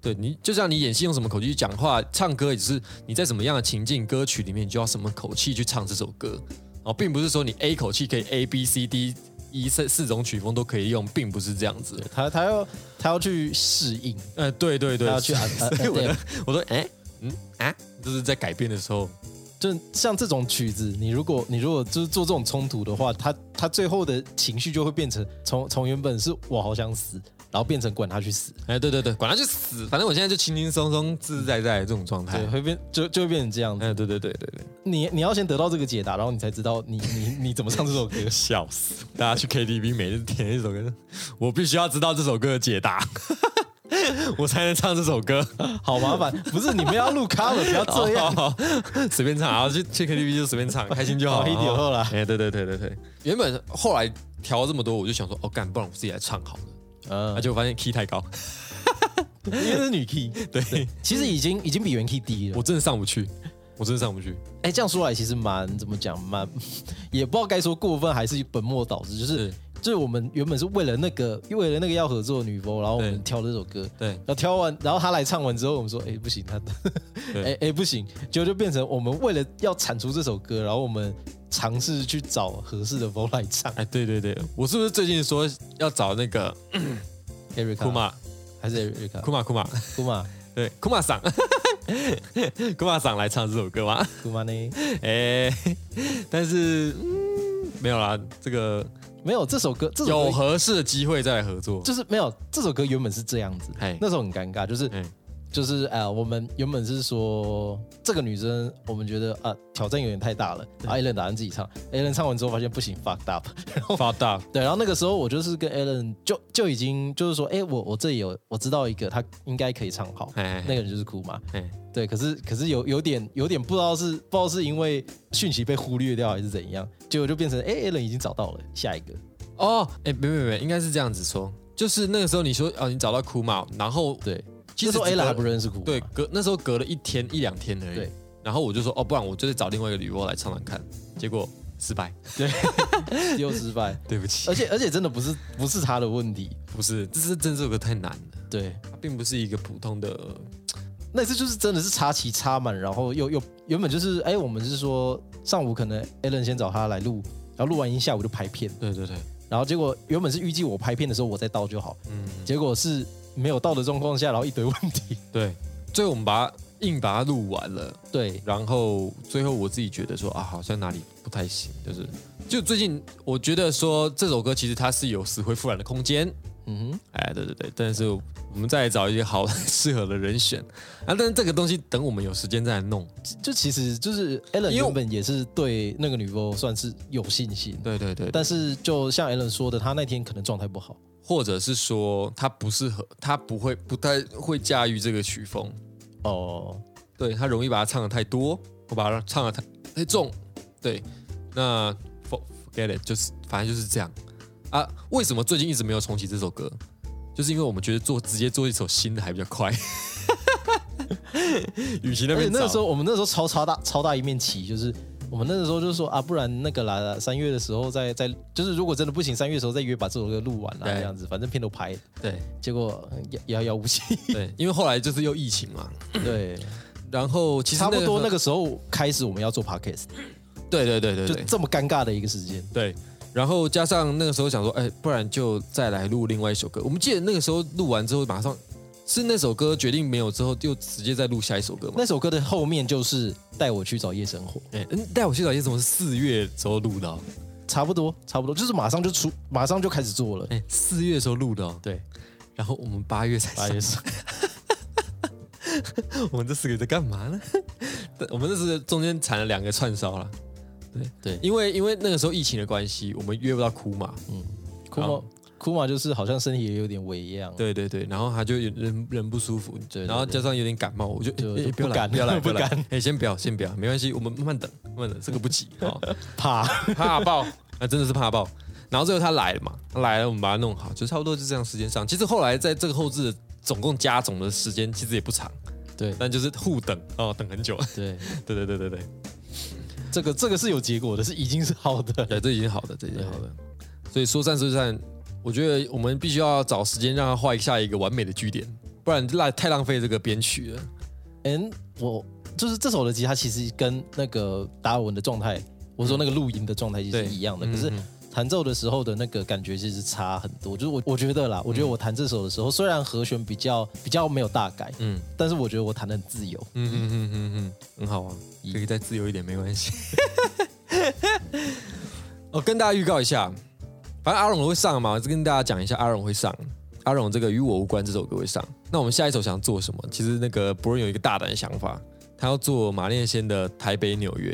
[SPEAKER 1] 对你，就像你演戏用什么口气去讲话，唱歌也是你在什么样的情境、歌曲里面，你就要什么口气去唱这首歌。哦，并不是说你 A 口气可以 A B C D 一四四种曲风都可以用，并不是这样子。
[SPEAKER 2] 他他要他要去适应，
[SPEAKER 1] 呃，对对
[SPEAKER 2] 他
[SPEAKER 1] 对，
[SPEAKER 2] 要
[SPEAKER 1] *laughs*
[SPEAKER 2] 去啊啊，
[SPEAKER 1] 所以我
[SPEAKER 2] 对
[SPEAKER 1] 的，我说，哎、嗯啊，就是在改变的时候，
[SPEAKER 2] 就像这种曲子，你如果你如果就是做这种冲突的话，他他最后的情绪就会变成从从原本是我好想死，然后变成管他去死。
[SPEAKER 1] 哎、对对对，管他去死，反正我现在就轻轻松松、自自在在的这种状态
[SPEAKER 2] 对，。会变就就会变成这样子。
[SPEAKER 1] 哎、对对对对对，
[SPEAKER 2] 你你要先得到这个解答，然后你才知道你你你怎么唱这首歌。 *laughs*
[SPEAKER 1] 笑死！大家去 KTV 每日点一首歌，我必须要知道这首歌的解答， *laughs* 我才能唱这首歌。
[SPEAKER 2] 好麻烦，不是你们要录 cover，不要
[SPEAKER 1] 啊
[SPEAKER 2] 这样。
[SPEAKER 1] 好，好好 *laughs* 随便唱，然后去去 KTV 就随便 *laughs* 唱，开心就好。
[SPEAKER 2] 好一点后啦
[SPEAKER 1] 哎、对对对对对，原本后来调了这么多，我就想说，哦，干，不然我自己来唱好了。
[SPEAKER 2] 嗯
[SPEAKER 1] 那、啊、，结果发现 key 太 *laughs* 高，
[SPEAKER 2] 因为是女 key，
[SPEAKER 1] 对
[SPEAKER 2] 其实已经已经比原 key 低了
[SPEAKER 1] 我。真的上不去，我真的上不去。
[SPEAKER 2] 哎，这样说来其实蛮怎么讲，蛮也不知道该说过分还是本末倒置。就是
[SPEAKER 1] 对
[SPEAKER 2] 就是我们原本是为了那个为了那个要合作的女 v 然后我们
[SPEAKER 1] 对
[SPEAKER 2] 挑了这首歌，
[SPEAKER 1] 对
[SPEAKER 2] 然后挑完，然后她来唱完之后，我们说，哎，不行，她，
[SPEAKER 1] 对
[SPEAKER 2] *laughs* 哎哎不行，结果就变成我们为了要产出这首歌，然后我们尝试去找合适的 v 来唱。
[SPEAKER 1] 哎，对对对，我是不是最近说要找那个
[SPEAKER 2] *laughs* Erica
[SPEAKER 1] 库玛
[SPEAKER 2] 还 *laughs* 是 Erica
[SPEAKER 1] 库玛库玛？
[SPEAKER 2] 库玛
[SPEAKER 1] 对，库玛桑， *laughs* 库玛桑来唱这首歌吗？
[SPEAKER 2] 库玛呢？
[SPEAKER 1] 哎，但是、嗯、没有啦，这个
[SPEAKER 2] 没有这首歌，这首
[SPEAKER 1] 有
[SPEAKER 2] 歌
[SPEAKER 1] 合适的机会再来合作。
[SPEAKER 2] 就是没有这首歌原本是这样子
[SPEAKER 1] 哎，
[SPEAKER 2] 那时候很尴尬，就是
[SPEAKER 1] 哎
[SPEAKER 2] 就是呃，我们原本是说这个女生，我们觉得啊挑战有点太大了，然后 Alan 打算自己唱，Alan 唱完之后发现不行，fucked up，然后。
[SPEAKER 1] 发大，
[SPEAKER 2] 对，然后那个时候我就是跟 Alan 就就已经就是说，哎，我我这里有我知道一个，他应该可以唱好，
[SPEAKER 1] 哎
[SPEAKER 2] 那个人就是哭嘛，
[SPEAKER 1] 哎，
[SPEAKER 2] 对，可是可是有有点有点不知道是不知道是因为讯息被忽略掉还是怎样，结果就变成哎、a l a n 已经找到了下一个，
[SPEAKER 1] 哦，哎，没没没，应该是这样子说，就是那个时候你说哦，你找到库玛，然后
[SPEAKER 2] 对，
[SPEAKER 1] 其
[SPEAKER 2] 那
[SPEAKER 1] 实
[SPEAKER 2] 时候
[SPEAKER 1] 只
[SPEAKER 2] Alan
[SPEAKER 1] 隔
[SPEAKER 2] 还不认识苦，
[SPEAKER 1] 对，隔那时候隔了一天一两天而已
[SPEAKER 2] 对。
[SPEAKER 1] 然后我就说哦，不然我就是找另外一个女巫来唱唱看，结果失败，
[SPEAKER 2] 又失败，
[SPEAKER 1] 对不起
[SPEAKER 2] 而。且而且真的不是不是他的问题，
[SPEAKER 1] 不是，这是真这首歌太难了，
[SPEAKER 2] 对，
[SPEAKER 1] 它并不是一个普通的，
[SPEAKER 2] 那次就是真的是插旗插满，然后又又原本就是哎、我们是说上午可能 Alan 先找他来录，然后录完音下午就拍片，
[SPEAKER 1] 对对对，
[SPEAKER 2] 然后结果原本是预计我拍片的时候我再到就好，
[SPEAKER 1] 嗯，
[SPEAKER 2] 结果是没有到的状况下，然后一堆问
[SPEAKER 1] *laughs*
[SPEAKER 2] 题，
[SPEAKER 1] 对，最后我们把它硬把它录完了，
[SPEAKER 2] 对，
[SPEAKER 1] 然后最后我自己觉得说啊，好像哪里不太行，就是就最近我觉得说这首歌其实它是有死灰复燃的空间，
[SPEAKER 2] 嗯哼，
[SPEAKER 1] 哎，对对对，但是我们再找一些好 *laughs* 适合的人选啊。但是这个东西等我们有时间再来弄。
[SPEAKER 2] 就就其实就是 Alan
[SPEAKER 1] 因为我
[SPEAKER 2] 原本也是对那个女 v 算是有信心，
[SPEAKER 1] 对对对，
[SPEAKER 2] 但是就像 Alan 说的，他那天可能状态不好。
[SPEAKER 1] 或者是说他不适合，他不会不太会驾驭这个曲风，
[SPEAKER 2] 哦，
[SPEAKER 1] 对他容易把它唱的太多，我把它唱的太太重，对，那 for- forget it，就是反正就是这样啊。为什么最近一直没有重启这首歌？就是因为我们觉得做直接做一首新的还比较快， *laughs* 与其那
[SPEAKER 2] 而且
[SPEAKER 1] 边
[SPEAKER 2] 那个时
[SPEAKER 1] 找
[SPEAKER 2] 候我们那时候超超大超大一面旗，就是我们那个时候就说啊，不然那个啦，三月的时候再再就是如果真的不行，三月的时候再约把这首歌录完啦，
[SPEAKER 1] 对
[SPEAKER 2] 这样子，反正片都拍了，
[SPEAKER 1] 对
[SPEAKER 2] 结果呃遥遥遥无期。
[SPEAKER 1] 对，因为后来就是又疫情嘛，
[SPEAKER 2] 对，
[SPEAKER 1] 然后其实
[SPEAKER 2] *laughs* 差不多那
[SPEAKER 1] 个
[SPEAKER 2] 个时候开始我们要做 podcast，
[SPEAKER 1] 对对对对
[SPEAKER 2] 就
[SPEAKER 1] 对
[SPEAKER 2] 这么尴尬的一个时间。
[SPEAKER 1] 对，然后加上那个时候想说，哎，不然就再来录另外一首歌。我们记得那个时候录完之后，马上是那首歌决定没有之后，就直接再录下一首歌嘛。
[SPEAKER 2] 那首歌的后面就是带我去找夜生活，
[SPEAKER 1] 哎，嗯，带我去找夜总是四月的时候录的、哦，
[SPEAKER 2] 差不多差不多，就是马上就出，马上就开始做了。
[SPEAKER 1] 哎，四月的时候录的、哦，
[SPEAKER 2] *laughs* 对，
[SPEAKER 1] 然后我们八月才
[SPEAKER 2] 八
[SPEAKER 1] 上
[SPEAKER 2] 月是
[SPEAKER 1] 我们这四个在干嘛呢？ *laughs* 但我们这是中间产了两个串烧了。对
[SPEAKER 2] 对
[SPEAKER 1] 因为因为那个时候疫情的关系，我们约不到哭嘛。
[SPEAKER 2] 库
[SPEAKER 1] 好
[SPEAKER 2] 玛，库玛就是好像身体也有点微恙。
[SPEAKER 1] 对对对，然后他就有人人不舒服，
[SPEAKER 2] 对对
[SPEAKER 1] 然后加上有点感冒，我就
[SPEAKER 2] 就
[SPEAKER 1] 哎哎
[SPEAKER 2] 就
[SPEAKER 1] 不要来，
[SPEAKER 2] 不敢
[SPEAKER 1] 不要来，
[SPEAKER 2] 不
[SPEAKER 1] 要来
[SPEAKER 2] 敢。
[SPEAKER 1] 哎，先不要，先不要，没关系，我们慢慢等，慢慢等，这个不急啊， *laughs* 哦
[SPEAKER 2] 怕
[SPEAKER 1] 怕爆，啊，真的是怕爆。然后最后他来了嘛，他来了，我们把它弄好，就差不多就这样时间上。其实后来在这个后置的总共加总的时间其实也不长，
[SPEAKER 2] *laughs* 对
[SPEAKER 1] 但就是互等哦，等很久。 *laughs*
[SPEAKER 2] 对，
[SPEAKER 1] 对对对对对。
[SPEAKER 2] 这个这个是有结果的，是已经是好的。
[SPEAKER 1] 对，这已经好的，这已经好的。所以说散就散，我觉得我们必须要找时间让它画下一个完美的句点，不然浪太浪费这个编曲了。
[SPEAKER 2] 嗯，我就是这首的吉他其实跟那个达尔文的状态，我说那个录音的状态其实
[SPEAKER 1] 对，
[SPEAKER 2] 是一样的，
[SPEAKER 1] 嗯
[SPEAKER 2] 可是
[SPEAKER 1] 嗯
[SPEAKER 2] 弹奏的时候的那个感觉其实差很多。就是我我觉得啦，
[SPEAKER 1] 嗯
[SPEAKER 2] 我觉得我弹这首的时候，虽然和弦比较比较没有大改，
[SPEAKER 1] 嗯
[SPEAKER 2] 但是我觉得我弹的很自由。
[SPEAKER 1] 嗯嗯嗯嗯嗯，很好啊，
[SPEAKER 2] 咦
[SPEAKER 1] 可以再自由一点，没关系。我跟大家预告一下，反正阿荣会上嘛，就跟大家讲一下，阿荣会上。阿荣这个与我无关这首歌会上。那我们下一首想做什么？其实那个博人有一个大胆的想法，他要做马念先的《台北纽约》。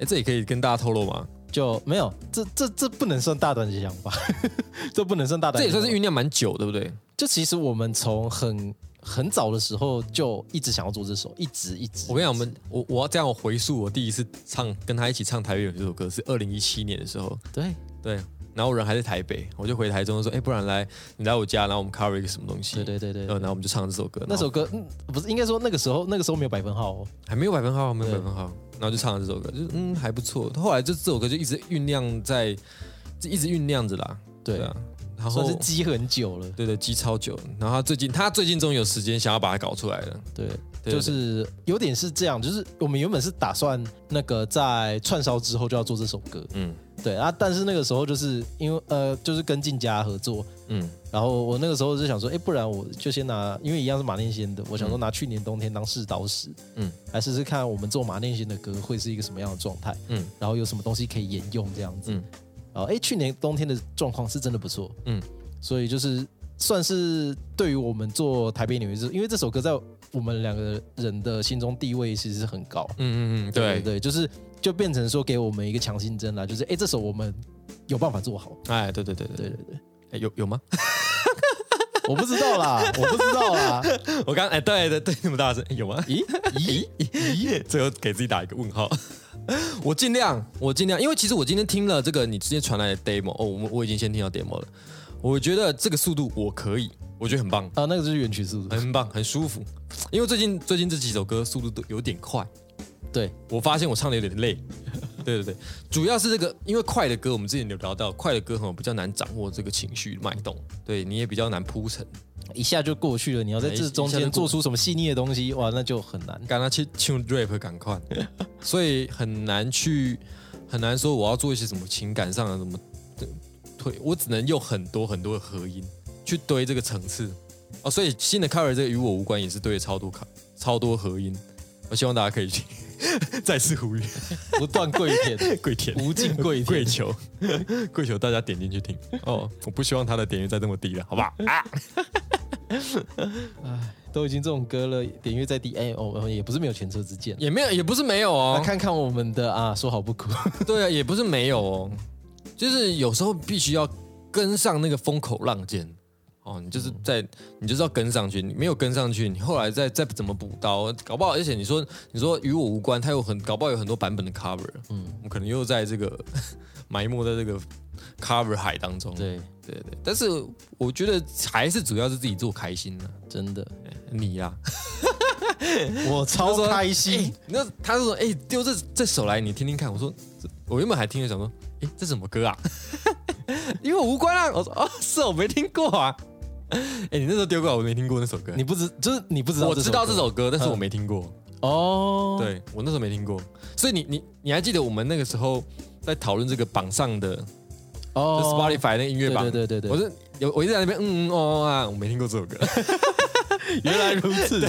[SPEAKER 1] 哎，这也可以跟大家透露吗？
[SPEAKER 2] 就没有，这这这不能算大胆的想法， *laughs* 这不能算大胆
[SPEAKER 1] 这
[SPEAKER 2] 的
[SPEAKER 1] 也
[SPEAKER 2] 想法。
[SPEAKER 1] 算是酝酿蛮久，对不对？
[SPEAKER 2] 就其实我们从很很早的时候就一直想要做这首，一直一直。
[SPEAKER 1] 我跟你讲，我们我我要这样回溯我第一次唱跟他一起唱台北有这首歌是二零一七年的时候，
[SPEAKER 2] 对
[SPEAKER 1] 对，然后我人还在台北，我就回台中说，哎，不然来你来我家，然后我们 cover 一个什么东西，嗯
[SPEAKER 2] 对对对对
[SPEAKER 1] 然后，然后我们就唱这首歌，
[SPEAKER 2] 那首
[SPEAKER 1] 然后
[SPEAKER 2] 歌嗯不是应该说那个时候那个时候没有百分号哦，
[SPEAKER 1] 还没有百分号，没有
[SPEAKER 2] 对
[SPEAKER 1] 百分号，然后就唱了这首歌，就是嗯还不错，后来就这首歌就一直酝酿在，一直酝酿着啦，
[SPEAKER 2] 对，
[SPEAKER 1] 啊，然
[SPEAKER 2] 算
[SPEAKER 1] 后
[SPEAKER 2] 是积很久了。
[SPEAKER 1] 对对积超久，然后他最近他最近终于有时间想要把它搞出来了，
[SPEAKER 2] 对，
[SPEAKER 1] 对
[SPEAKER 2] 就是有点是这样，就是我们原本是打算那个在串烧之后就要做这首歌，
[SPEAKER 1] 嗯
[SPEAKER 2] 对啊，但是那个时候就是因为呃，就是跟静佳合作，
[SPEAKER 1] 嗯
[SPEAKER 2] 然后我那个时候就想说，哎，不然我就先拿，因为一样是马念先的，我想说拿去年冬天当试导史，
[SPEAKER 1] 嗯
[SPEAKER 2] 来试试看我们做马念先的歌会是一个什么样的状态，
[SPEAKER 1] 嗯
[SPEAKER 2] 然后有什么东西可以沿用这样子。
[SPEAKER 1] 嗯
[SPEAKER 2] 然后哎，去年冬天的状况是真的不错，
[SPEAKER 1] 嗯
[SPEAKER 2] 嗯，所以就是算是对于我们做台北纽约，因为这首歌在我们两个人的心中地位其实是很高，
[SPEAKER 1] 嗯嗯嗯，对
[SPEAKER 2] 对对，就是就变成说给我们一个强心针啦，就是哎，这首我们有办法做好，
[SPEAKER 1] 哎，对对对对
[SPEAKER 2] 对
[SPEAKER 1] 对
[SPEAKER 2] 对对，
[SPEAKER 1] 哎，有有吗？
[SPEAKER 2] 我不知道啦，我不知道啦，
[SPEAKER 1] 我刚哎，对对对，那么大声，哎有吗？
[SPEAKER 2] 咦
[SPEAKER 1] *laughs*
[SPEAKER 2] 咦咦，
[SPEAKER 1] 最后给自己打一个问号。 *laughs* 我尽量，我尽量，因为其实我今天听了这个你直接传来的 demo，哦，我们我已经先听到 demo 了，我觉得这个速度我可以，我觉得很棒，
[SPEAKER 2] 啊，那个就是原曲速度，
[SPEAKER 1] 很棒，很舒服。因为最近最近这几首歌速度都有点快，
[SPEAKER 2] 对
[SPEAKER 1] 我发现我唱的有点 *laughs* 累。对对对，主要是这个，因为快的歌我们之前有聊到，快的歌很比较难掌握这个情绪脉动，对你也比较难铺陈。
[SPEAKER 2] 一下就过去了，你要在这中
[SPEAKER 1] 一下就
[SPEAKER 2] 间
[SPEAKER 1] 过
[SPEAKER 2] 做出什么细腻的东西，哇，那就很难。
[SPEAKER 1] 赶他去唱 rap 赶快，所以很难去很难说我要做一些什么情感上的什么呃推，我只能用很多很多的合音去堆这个层次哦。所以新的 cover 这个与我无关也是堆了超多卡超多合音，我希望大家可以去再次呼吁，
[SPEAKER 2] 不断跪舔，
[SPEAKER 1] 跪舔
[SPEAKER 2] 无尽跪
[SPEAKER 1] 跪
[SPEAKER 2] 舔。
[SPEAKER 1] 求，跪求大家点进去听哦！我不希望他的点阅再这么低了，好不好？啊，
[SPEAKER 2] 都已经这种歌了，点阅在低，哎、我们也不是没有前车之鉴。
[SPEAKER 1] 也没有，也不是没有
[SPEAKER 2] 那
[SPEAKER 1] 哦，
[SPEAKER 2] 看看我们的啊，说好不哭。 *laughs*
[SPEAKER 1] *laughs* 对啊，也不是没有哦，就是有时候必须要跟上那个风口浪尖哦，你就是在、你就是要跟上去，你没有跟上去，你后来再再怎么补刀，搞不好，而且你说你说与我无关，它有很搞不好有很多版本的 cover，嗯，我们可能又在这个 *laughs* 埋没在这个 cover 海当中，
[SPEAKER 2] 对，
[SPEAKER 1] 对对，但是我觉得还是主要是自己做开心了、
[SPEAKER 2] 真的，
[SPEAKER 1] 你啊啦、
[SPEAKER 2] 我超开
[SPEAKER 1] 欸
[SPEAKER 2] 心。
[SPEAKER 1] 那他就说：“哎、丢这这首来，你听听看。”我说这：“我原本还听着想说，哎、这什么歌啊？ *laughs* 因为无关啊。”我说：“哦，是我没听过啊。哎、你那时候丢过来，我没听过那首歌。
[SPEAKER 2] 你不知，就是你不知道，
[SPEAKER 1] 我知道这首歌，但是
[SPEAKER 2] 嗯
[SPEAKER 1] 我没听过。
[SPEAKER 2] 哦。，
[SPEAKER 1] 对我那时候没听过，所以你你你还记得我们那个时候在讨论这个榜上的、就
[SPEAKER 2] 哦
[SPEAKER 1] Spotify 那个音乐
[SPEAKER 2] 对
[SPEAKER 1] 榜？
[SPEAKER 2] 对对对对，
[SPEAKER 1] 我是有我一直在那边嗯嗯哦哦啊，我没听过这首
[SPEAKER 2] *laughs*
[SPEAKER 1] 歌，
[SPEAKER 2] 原来如此，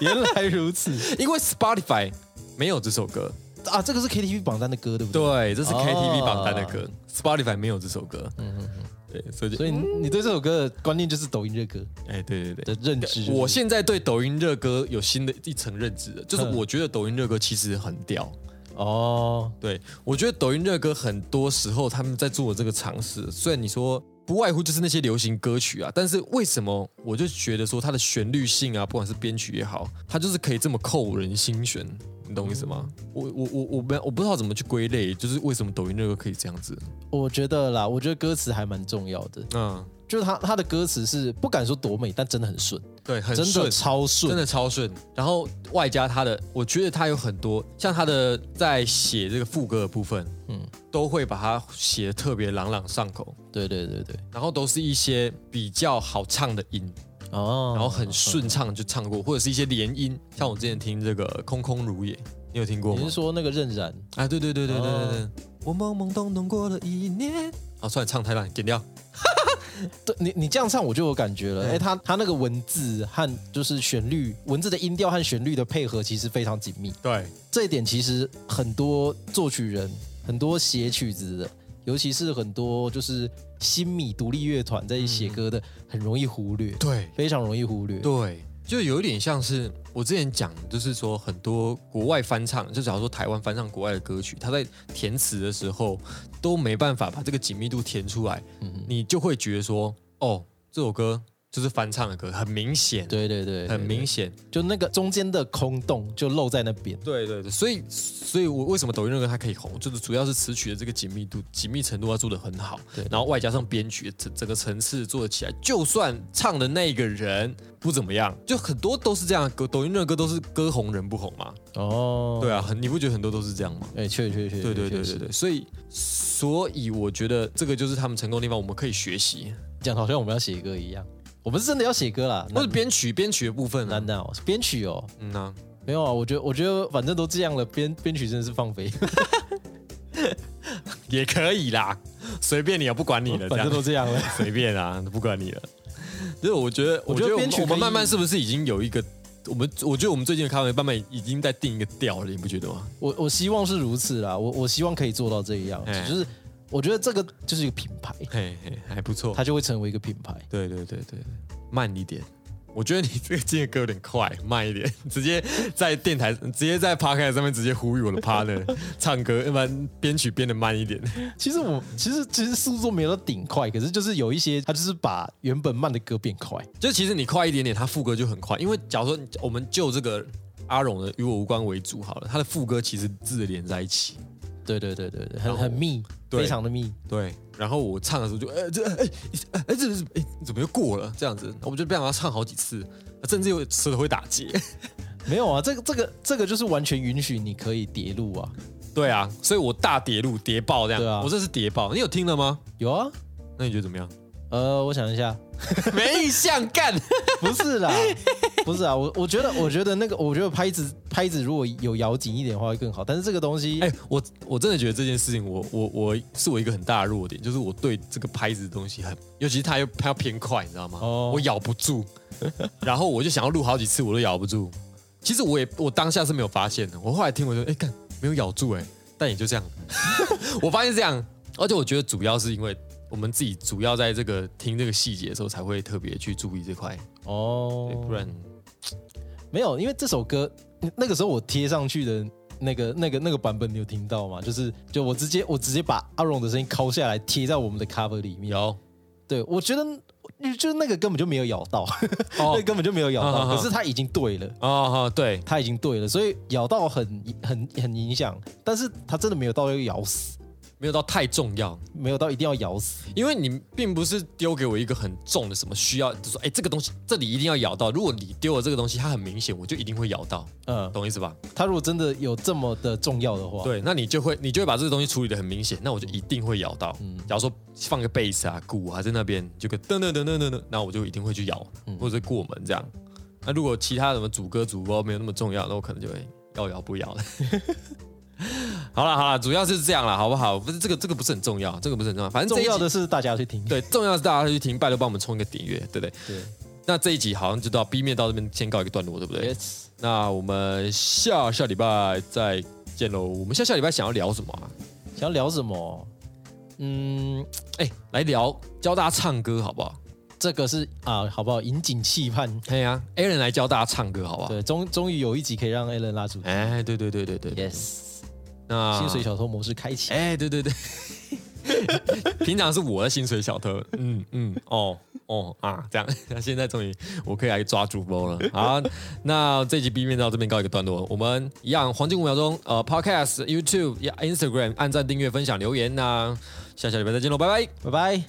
[SPEAKER 2] 原来如此
[SPEAKER 1] 因为 Spotify 没有这首歌。
[SPEAKER 2] 啊！这个是 KTV 榜单的歌，对不对？
[SPEAKER 1] 对，这是
[SPEAKER 2] 哦
[SPEAKER 1] KTV 榜单的歌、s p o t i f y 没有这首歌。嗯嗯嗯，对，所以就
[SPEAKER 2] 所以你对这首歌的观念就是抖音热歌
[SPEAKER 1] 哎、对对
[SPEAKER 2] 的
[SPEAKER 1] 对。
[SPEAKER 2] 认知。
[SPEAKER 1] 我现在对抖音热歌有新的一层认知了，就是
[SPEAKER 2] 嗯
[SPEAKER 1] 我觉得抖音热歌其实很屌。
[SPEAKER 2] 哦，
[SPEAKER 1] 对我觉得抖音热歌很多时候他们在做这个尝试，虽然你说不外乎就是那些流行歌曲啊，但是为什么我就觉得说它的旋律性啊，不管是编曲也好，它就是可以这么扣人心弦，你懂我意思吗？
[SPEAKER 2] 嗯
[SPEAKER 1] 我我我我没我不知道怎么去归类，就是为什么抖音热歌可以这样子？
[SPEAKER 2] 我觉得啦，我觉得歌词还蛮重要的，
[SPEAKER 1] 嗯，
[SPEAKER 2] 就是他他的歌词是不敢说多美，但真的很顺，
[SPEAKER 1] 对，很
[SPEAKER 2] 真的
[SPEAKER 1] 顺
[SPEAKER 2] 超
[SPEAKER 1] 真
[SPEAKER 2] 顺。
[SPEAKER 1] 的超顺。然后外加他的，我觉得他有很多像他的在写这个副歌的部分，嗯
[SPEAKER 2] 嗯，
[SPEAKER 1] 都会把它写的特别朗朗上口，
[SPEAKER 2] 对对对对，
[SPEAKER 1] 然后都是一些比较好唱的音，
[SPEAKER 2] 哦，
[SPEAKER 1] 然后很顺畅就唱过，或者是一些连音，像我之前听这个《空空如也》，你有听过
[SPEAKER 2] 你
[SPEAKER 1] 吗
[SPEAKER 2] 是？说那个任然？
[SPEAKER 1] 啊，对对对对对对对
[SPEAKER 2] 哦，
[SPEAKER 1] 我懵懵懂懂过了一年。啊，算了，唱太烂，剪掉。
[SPEAKER 2] 对你，你这样唱我就有感觉了。
[SPEAKER 1] 嗯
[SPEAKER 2] 哎、他他那个文字和就是旋律，文字的音调和旋律的配合其实非常紧密。
[SPEAKER 1] 对，
[SPEAKER 2] 这一点其实很多作曲人、很多写曲子的，尤其是很多就是新米独立乐团在写歌的，很容易忽略，
[SPEAKER 1] 嗯对，
[SPEAKER 2] 非常容易忽略。
[SPEAKER 1] 对，就有点像是我之前讲，就是说很多国外翻唱，就假如说台湾翻唱国外的歌曲，它在填词的时候都没办法把这个紧密度填出来，
[SPEAKER 2] 嗯
[SPEAKER 1] 你就会觉得说，哦，这首歌就是翻唱的歌，很明显，
[SPEAKER 2] 对对对，
[SPEAKER 1] 很明
[SPEAKER 2] 显，
[SPEAKER 1] 显，
[SPEAKER 2] 就那个中间的空洞就露在那边。
[SPEAKER 1] 对对对，所以所以我为什么抖音那个它可以红，就是主要是词曲的这个紧密度、紧密程度要做的很好，
[SPEAKER 2] 对
[SPEAKER 1] 然后外加上编曲整整个层次做得起来，就算唱的那个人不怎么样，就很多都是这样的歌，抖音那个歌都是歌红人不红嘛，
[SPEAKER 2] 哦，
[SPEAKER 1] 对啊，很你不觉得很多都是这样吗？
[SPEAKER 2] 哎、确确确，
[SPEAKER 1] 对对对对
[SPEAKER 2] 确实
[SPEAKER 1] 对，所以所以我觉得这个就是他们成功的地方，我们可以学习，
[SPEAKER 2] 讲得好像我们要写歌一样，我们是真的要写歌啦。
[SPEAKER 1] 或
[SPEAKER 2] 那
[SPEAKER 1] 者编曲编曲的部分
[SPEAKER 2] 那
[SPEAKER 1] 啊，
[SPEAKER 2] 那编曲哦，
[SPEAKER 1] 嗯呐、
[SPEAKER 2] 没有啊，我觉得我觉得反正都这样了，编编曲真的是放飞，
[SPEAKER 1] 也可以啦，随便你啊，不管你
[SPEAKER 2] *laughs*
[SPEAKER 1] 了，这
[SPEAKER 2] 反
[SPEAKER 1] 样
[SPEAKER 2] 正都这样
[SPEAKER 1] *laughs*
[SPEAKER 2] 了。
[SPEAKER 1] 随便啊，不管你了。就是我觉得，我
[SPEAKER 2] 我
[SPEAKER 1] 觉得
[SPEAKER 2] 觉得
[SPEAKER 1] 我
[SPEAKER 2] 编
[SPEAKER 1] 们
[SPEAKER 2] 曲
[SPEAKER 1] 我
[SPEAKER 2] 可
[SPEAKER 1] 们
[SPEAKER 2] 以
[SPEAKER 1] 慢慢是不是已经有一个，我们我觉得我们最近的咖啡慢慢已经在定一个调了，你不觉得吗？
[SPEAKER 2] 我我希望是如此啦，我我希望可以做到这样，
[SPEAKER 1] 哎哦
[SPEAKER 2] 就是我觉得这个就是一个品牌，
[SPEAKER 1] 嘿嘿，还不错。
[SPEAKER 2] 它就会成为一个品牌。
[SPEAKER 1] 对对对对，慢一点。我觉得你这个进的歌有点快，慢一点， *laughs* 直接在电台，直接在 p o d c a s t 上面直接呼吁我的 *laughs* partner 唱歌，要不然编曲编的慢一点。
[SPEAKER 2] 其实我其实其实速度没有到顶快，可是就是有一些它就是把原本慢的歌变快。
[SPEAKER 1] 就其实你快一点点，他副歌就很快。因为假如说我们就这个阿荣的《与我无关》为主好了，他的副歌其实字连在一起。
[SPEAKER 2] 对对对对对，
[SPEAKER 1] 然
[SPEAKER 2] 很
[SPEAKER 1] 后
[SPEAKER 2] 很密，
[SPEAKER 1] 对
[SPEAKER 2] 非常的密。
[SPEAKER 1] 对，然后我唱的时候就，呃，这，哎，哎，哎这是，哎，怎么又过了？这样子，我就不想要唱好几次，啊甚至有舌头会打结。 *laughs*
[SPEAKER 2] *laughs* 没有啊，这个这个这个就是完全允许你可以叠录啊。
[SPEAKER 1] 对啊，所以我大跌入跌爆这样，
[SPEAKER 2] 对啊
[SPEAKER 1] 我这是跌爆，你有听了吗？
[SPEAKER 2] 有啊，
[SPEAKER 1] 那你觉得怎么
[SPEAKER 2] *laughs*
[SPEAKER 1] 样？
[SPEAKER 2] 呃，我想一下， *laughs*
[SPEAKER 1] 没印象干，
[SPEAKER 2] 不是啦，不是啊，我我觉得我觉得那个我觉得拍子拍子如果有咬紧一点的话会更好，但是这个东西，
[SPEAKER 1] 哎、我我真的觉得这件事情我，我我是我一个很大的弱点，就是我对这个拍子的东西很，尤其是它又它要偏快，你知道吗？
[SPEAKER 2] 哦 *laughs*
[SPEAKER 1] 我咬不住，然后我就想要录好几次，我都咬不住。其实我也我当下是没有发现的，我后来听我就哎干没有咬住哎、但也就这样， *laughs* 我发现是这样，而且我觉得主要是因为我们自己主要在这个听这个细节的时候才会特别去注意这块，
[SPEAKER 2] 哦
[SPEAKER 1] 对，不然
[SPEAKER 2] 没有，因为这首歌那个时候我贴上去的那个、那个、那个版本，你有听到吗？就是就我直接我直接把阿荣的声音抠下来贴在我们的 cover 里面。
[SPEAKER 1] 有
[SPEAKER 2] 对，我觉得就是那个根本就没有咬到，那
[SPEAKER 1] 哦
[SPEAKER 2] *laughs* 个根本就没有咬
[SPEAKER 1] 啊啊
[SPEAKER 2] 到，
[SPEAKER 1] 啊
[SPEAKER 2] 可是他已经对了。
[SPEAKER 1] *laughs* 哦哦对，
[SPEAKER 2] 他已经对了，所以咬到很很很影响，但是他真的没有到要咬死，
[SPEAKER 1] 没有到太重要，
[SPEAKER 2] 没有到一定要咬死。
[SPEAKER 1] 因为你并不是丢给我一个很重的什么需要，就说哎这个东西这里一定要咬到，如果你丢了这个东西，它很明显我就一定会咬到，
[SPEAKER 2] 嗯，
[SPEAKER 1] 懂意思吧？
[SPEAKER 2] 他如果真的有这么的重要的话，
[SPEAKER 1] 对，那你就会你就会把这个东西处理的很明显，那我就一定会咬到。假如说放个贝斯啊、鼓啊在那边，就个噔噔噔噔噔噔，那我就一定会去咬，或者是过门这样。那如果其他什么主歌主播没有那么重要，那我可能就会要 *laughs* 咬不咬了。好了好了，主要是这样了，好不好？不是这个这个不是很重要，这个不是很重要，反正这一
[SPEAKER 2] 重要
[SPEAKER 1] 集
[SPEAKER 2] 的是大家去听。
[SPEAKER 1] *laughs* 对重要的是大家去听，拜托帮我们冲一个点阅，对不对？
[SPEAKER 2] 对
[SPEAKER 1] 那这一集好像就到 B 面到这边先告一个段落，对不对？
[SPEAKER 2] ，yes，
[SPEAKER 1] 那我们下下礼拜再见喽。我们下下礼拜想要聊什么啊？
[SPEAKER 2] 想要聊什么？嗯，
[SPEAKER 1] 哎、来聊教大家唱歌好不好？
[SPEAKER 2] 这个是啊，好不好？引颈期盼。
[SPEAKER 1] 可以啊，Aaron 来教大家唱歌好不好？
[SPEAKER 2] 对，终终于有一集可以让 Alan 拉住。
[SPEAKER 1] 哎，对对对对对
[SPEAKER 2] Yes，
[SPEAKER 1] 那
[SPEAKER 2] 薪水小偷模式开启。
[SPEAKER 1] 哎，对对 *laughs* 对，平常是我的薪水小偷，嗯嗯，哦哦啊，这样， *laughs* 那现在终于我可以来抓主播了。好，那这集 B 面到这边告一个段落，我们一样黄金五秒钟，呃，Podcast、YouTube、Instagram 按赞、订阅、分享、留言那、下下礼拜再见喽，拜拜。
[SPEAKER 2] 拜拜。